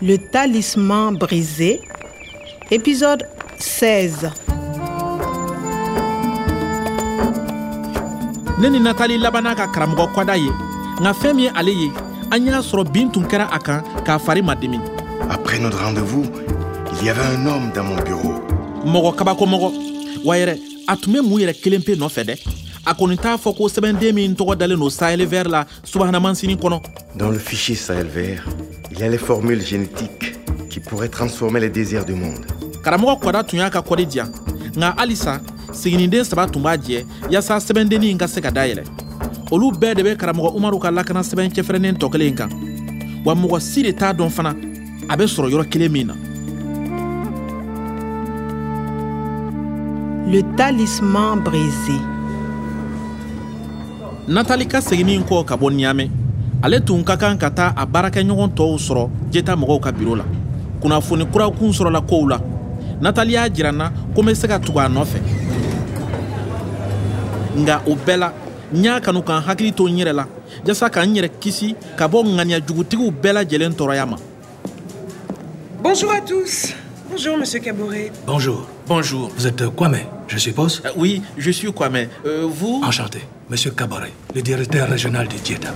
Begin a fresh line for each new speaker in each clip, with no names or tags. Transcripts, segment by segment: Le talisman brisé, épisode 16.
ne ni natali labanna ka karamɔgɔ kwada ye nka fɛn min ye ale ye an y'a sɔrɔ bin tun kɛra a kan k'a fari ma dimi
Après notre rendez-vous, il y avait un homme dans mon bureau.
mɔgɔ kabakomɔgɔ wa yɛrɛ a tun be mun yɛrɛ kelen pe nɔfɛ dɛ a kɔni t'a fɔ ko sɛbɛnden min tɔgɔ dalen don sahɛli vɛr la subahanamansini kɔnɔ
Dans le fichier Sahel vert, il y a les formules génétiques qui pourraient transformer les désirs du monde.
karamɔgɔ kwada tun y'a ka kɔdi diyan nka halisa sigininden saba tun b'a jɛ yaasa sɛbɛndennin in ka se ka dayɛlɛ olu bɛɛ de bɛ karamɔgɔ umaru ka lakana sɛbɛn cɛfɛrɛnnen tɔ kelen in kan wa mɔgɔ si de t'a dɔn fana a bɛ sɔrɔ yɔrɔ kelen min na
Le talisman brisé.
natali ka seginin kɔ ka bɔ niyamɛ ale tun ka kan ka taa a baarakɛɲɔgɔn tɔw sɔrɔ jeta mɔgɔw ka biro la kunnafoni kuraw kun sɔrɔla kow la natali y'a jira n na ko n be se ka tugu a nɔfɛ nga o bɛɛ la n y'a kanu k'an hakili to n yɛrɛ la yaasa ka n yɛrɛ kisi ka bɔ ŋaniyajugutigiw bɛɛ lajɛlen tɔɔrɔya ma
Bonjour à tous. Bonjour, monsieur Caboret.
Bonjour. Bonjour. Vous êtes euh, Kwame, je suppose
Euh, oui je suis kwamɛ euh, vous
Enchanté. Monsieur Cabaret, le directeur régional de Dieta.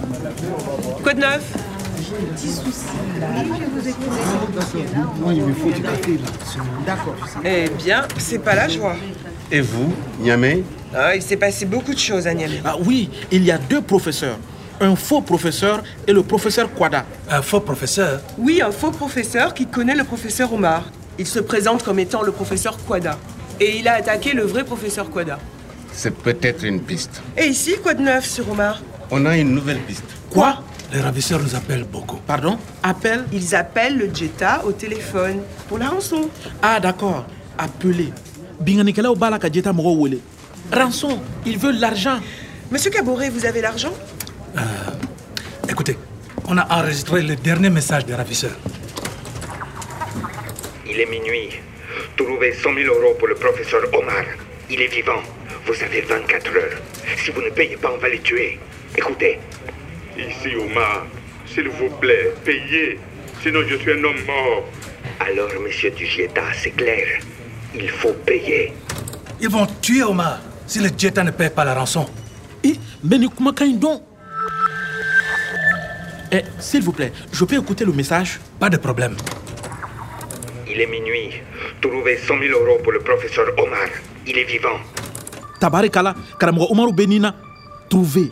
Quoi de neuf Eh bien, c'est pas la joie.
Et vous, Niamey
Ah, il s'est passé beaucoup de choses à Niamey.
ah, oui il y a deux professeurs un faux professeur et le professeur kwada
Un Euh, faux professeur
Oui, un faux professeur qui connaît le professeur Omar. Il se présente comme étant le professeur Quada. Et il a attaqué le vrai professeur Quada.
C'est peut-être une piste.
Et ici, quoi de neuf sur Omar
On a une nouvelle piste.
quoi
Les ravisseurs nous appellent beaucoup.
pardon appel
Ils appellent le Jetta au téléphone pour la rançon.
Ah d'accord, appelez. Binganikelaw b'a la ka jeta mɔgɔw wele. Rançon, il veut l'argent.
Monsieur Caboret, vous avez l'argent
Écoutez, on a enregistré le dernier message des ravisseurs.
Il est minuit. Trouvez 100 000 euros pour le professeur Omar. Il est vivant. Vous avez 24 heures. Si vous ne payez pas, on va les tuer. Écoutez.
Ici, Omar, s'il vous plaît, payez. Sinon, je suis un homme mort.
Alors, monsieur Dugieta, c'est clair. Il faut payer.
Ils vont tuer Omar si le Dieta ne paye pas la rançon.
Eh, mais ni kumakan in dɔn. Eh, s'il vous plaît, je peux écouter le message
Pas de problème.
Il est minuit. Trouvez 100 000 euros pour le professeur Omar. Il est vivant.
tabarikala karamɔgɔ umaru bɛ nin na trouvé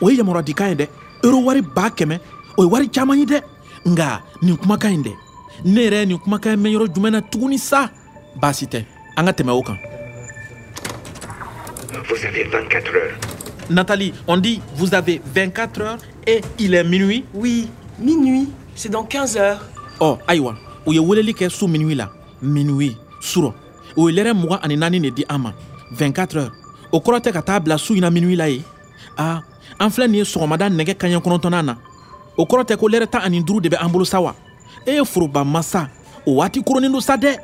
o ye yamaruyadikan ye dɛ euro wari ba kɛmɛ o ye wari caman ye dɛ nga nin kumakan ye dɛ ne yɛrɛ ye nin kumakan mɛn yɔrɔ jumɛn na tuguni sa baasi tɛ an ka tɛmɛ o kan
Vous avez 24 heures.
natali on dit vous avez 24 heures et il est minuit Oh,
Oui, minuit. C'est dans 15 heures.
ɔ ayiwa u ye weleli kɛ su minuwi la minuwi surɔ u ye lɛrɛ mugan ani naani de di an ma 24 heures o kɔrɔ tɛ ka taa bila su ɲina minuwi la ye a an filɛ nin ye sɔgɔmada nɛgɛ kaɲɛ kɔnɔntɔnnan na o kɔrɔ tɛ ko lɛrɛ tan ani duuru de bɛ an bolo sa wa e ye foroba masa o waati koronin do sa dɛ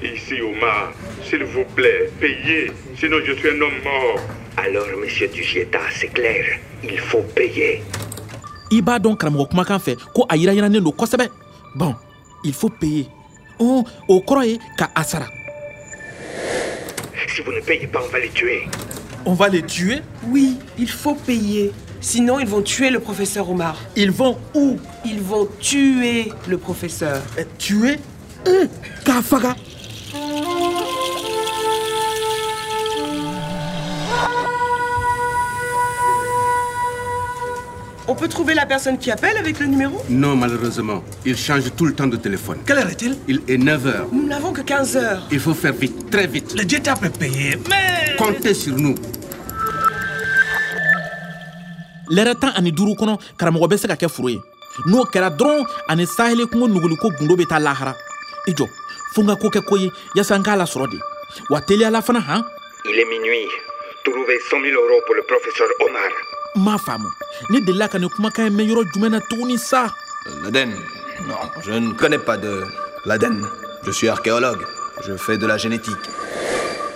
Ici, Omar, s'il vous plaît, payez. Sinon, je suis un homme mort.
Alors, monsieur Dugieta, c'est clair. Il faut payer.
i b'a dɔn karamɔgɔ kumakan fɛ ko a yirayirannen don kosɛbɛ bɔn il faut payer ɔn o kɔrɔ ye ka a sara
Si vous ne payez pas, on va les tuer.
on va les tuer
Oui, il faut payer. Sinon, ils vont tuer le professeur Omar.
ils vont où
Ils vont tuer le professeur.
Eh, tuer Eh, k'a faga
On peut trouver la personne qui appelle avec le numéro
Non, malheureusement. Il change tout le temps de téléphone.
Quelle heure est-il
Il est 9h.
Nous n'avons que 15 heures.
Il faut faire vite, très vite.
Le Dieta peut payer, mais.
Comptez sur nous.
lɛrɛ tan ani duuru kɔnɔ karamɔgɔ bɛ se ka kɛ foro ye n'o kɛra dɔrɔn ani sahɛli kungo nuguliko gundo bɛ taa lahara i jɔ fo n ka ko kɛ ko ye yaasa n k'a lasɔrɔ de wa teliyala fana han
Il est minuit. Trouvez 100 000 euros pour le professeur Omar.
n m'a faamu ne delila ka nin kumakan ye mɛn yɔrɔ jumɛn na tuguni sa
Euh, L'Aden Non, je ne connais pas de l'Aden. Je suis archéologue. Je fais de la génétique.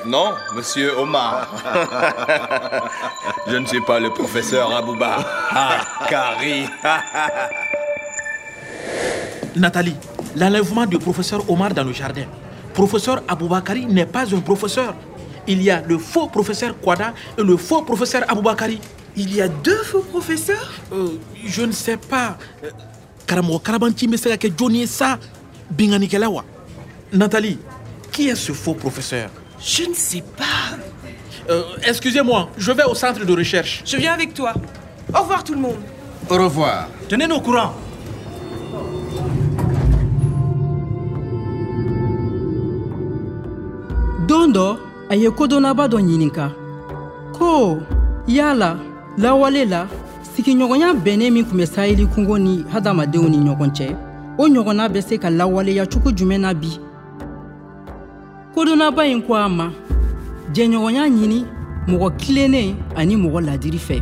Non, monsieur Omar. je ne suis pas le professeur Abouba. Ah, Kari.
Nathalie, l'enlèvement du professeur Omar dans le jardin. Professeur Aboubakari n'est pas un professeur. Il y a le faux professeur Kwada et le faux professeur Aboubakari.
Il y a deux faux professeurs
Euh, je ne sais pas. Euh, Karamɔgɔ Karabanti bɛ se ka kɛ jɔnni ye sa binganikɛla wa Nathalie, qui est ce faux professeur
Je ne sais pas.
Euh, Excusez-moi, je vais au centre de recherche.
Je viens avec toi. Au revoir tout le monde.
Au revoir.
Tenez-nous au courant.
don dɔ a ye kodɔnnaba dɔ ɲininka ko yala lawale la sigiɲɔgɔnya bɛnnen min tun bɛ saheli kungo ni hadamadenw ni ɲɔgɔn cɛ o ɲɔgɔnna bɛ se ka lawaleya cogo jumɛn na bi kodɔnnaba ɲi ko a ma jɛɲɔgɔnya ɲini mɔgɔ kilennen ani mɔgɔ ladiri fɛ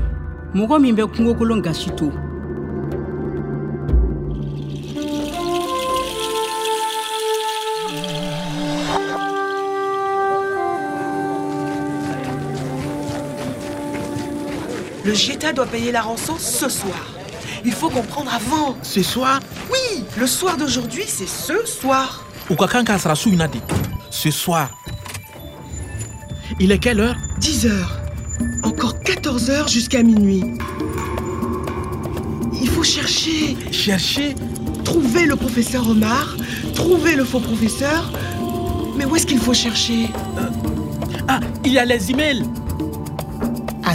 mɔgɔ min bɛ kungokolon gasi to
Le Jeta doit payer la rançon ce soir. Il faut comprendre avant.
Ce soir,
Oui, le soir d'aujourd'hui, c'est ce soir.
u ka kan k'a sara su in na de. Ce soir. Il est quelle heure
10 heures. Encore 14 heures jusqu'à minuit. Il faut chercher,
Cherchez
trouver le professeur Omar, trouver le faux professeur. Mais où est-ce qu'il faut chercher
Ah, il y a les emails.
À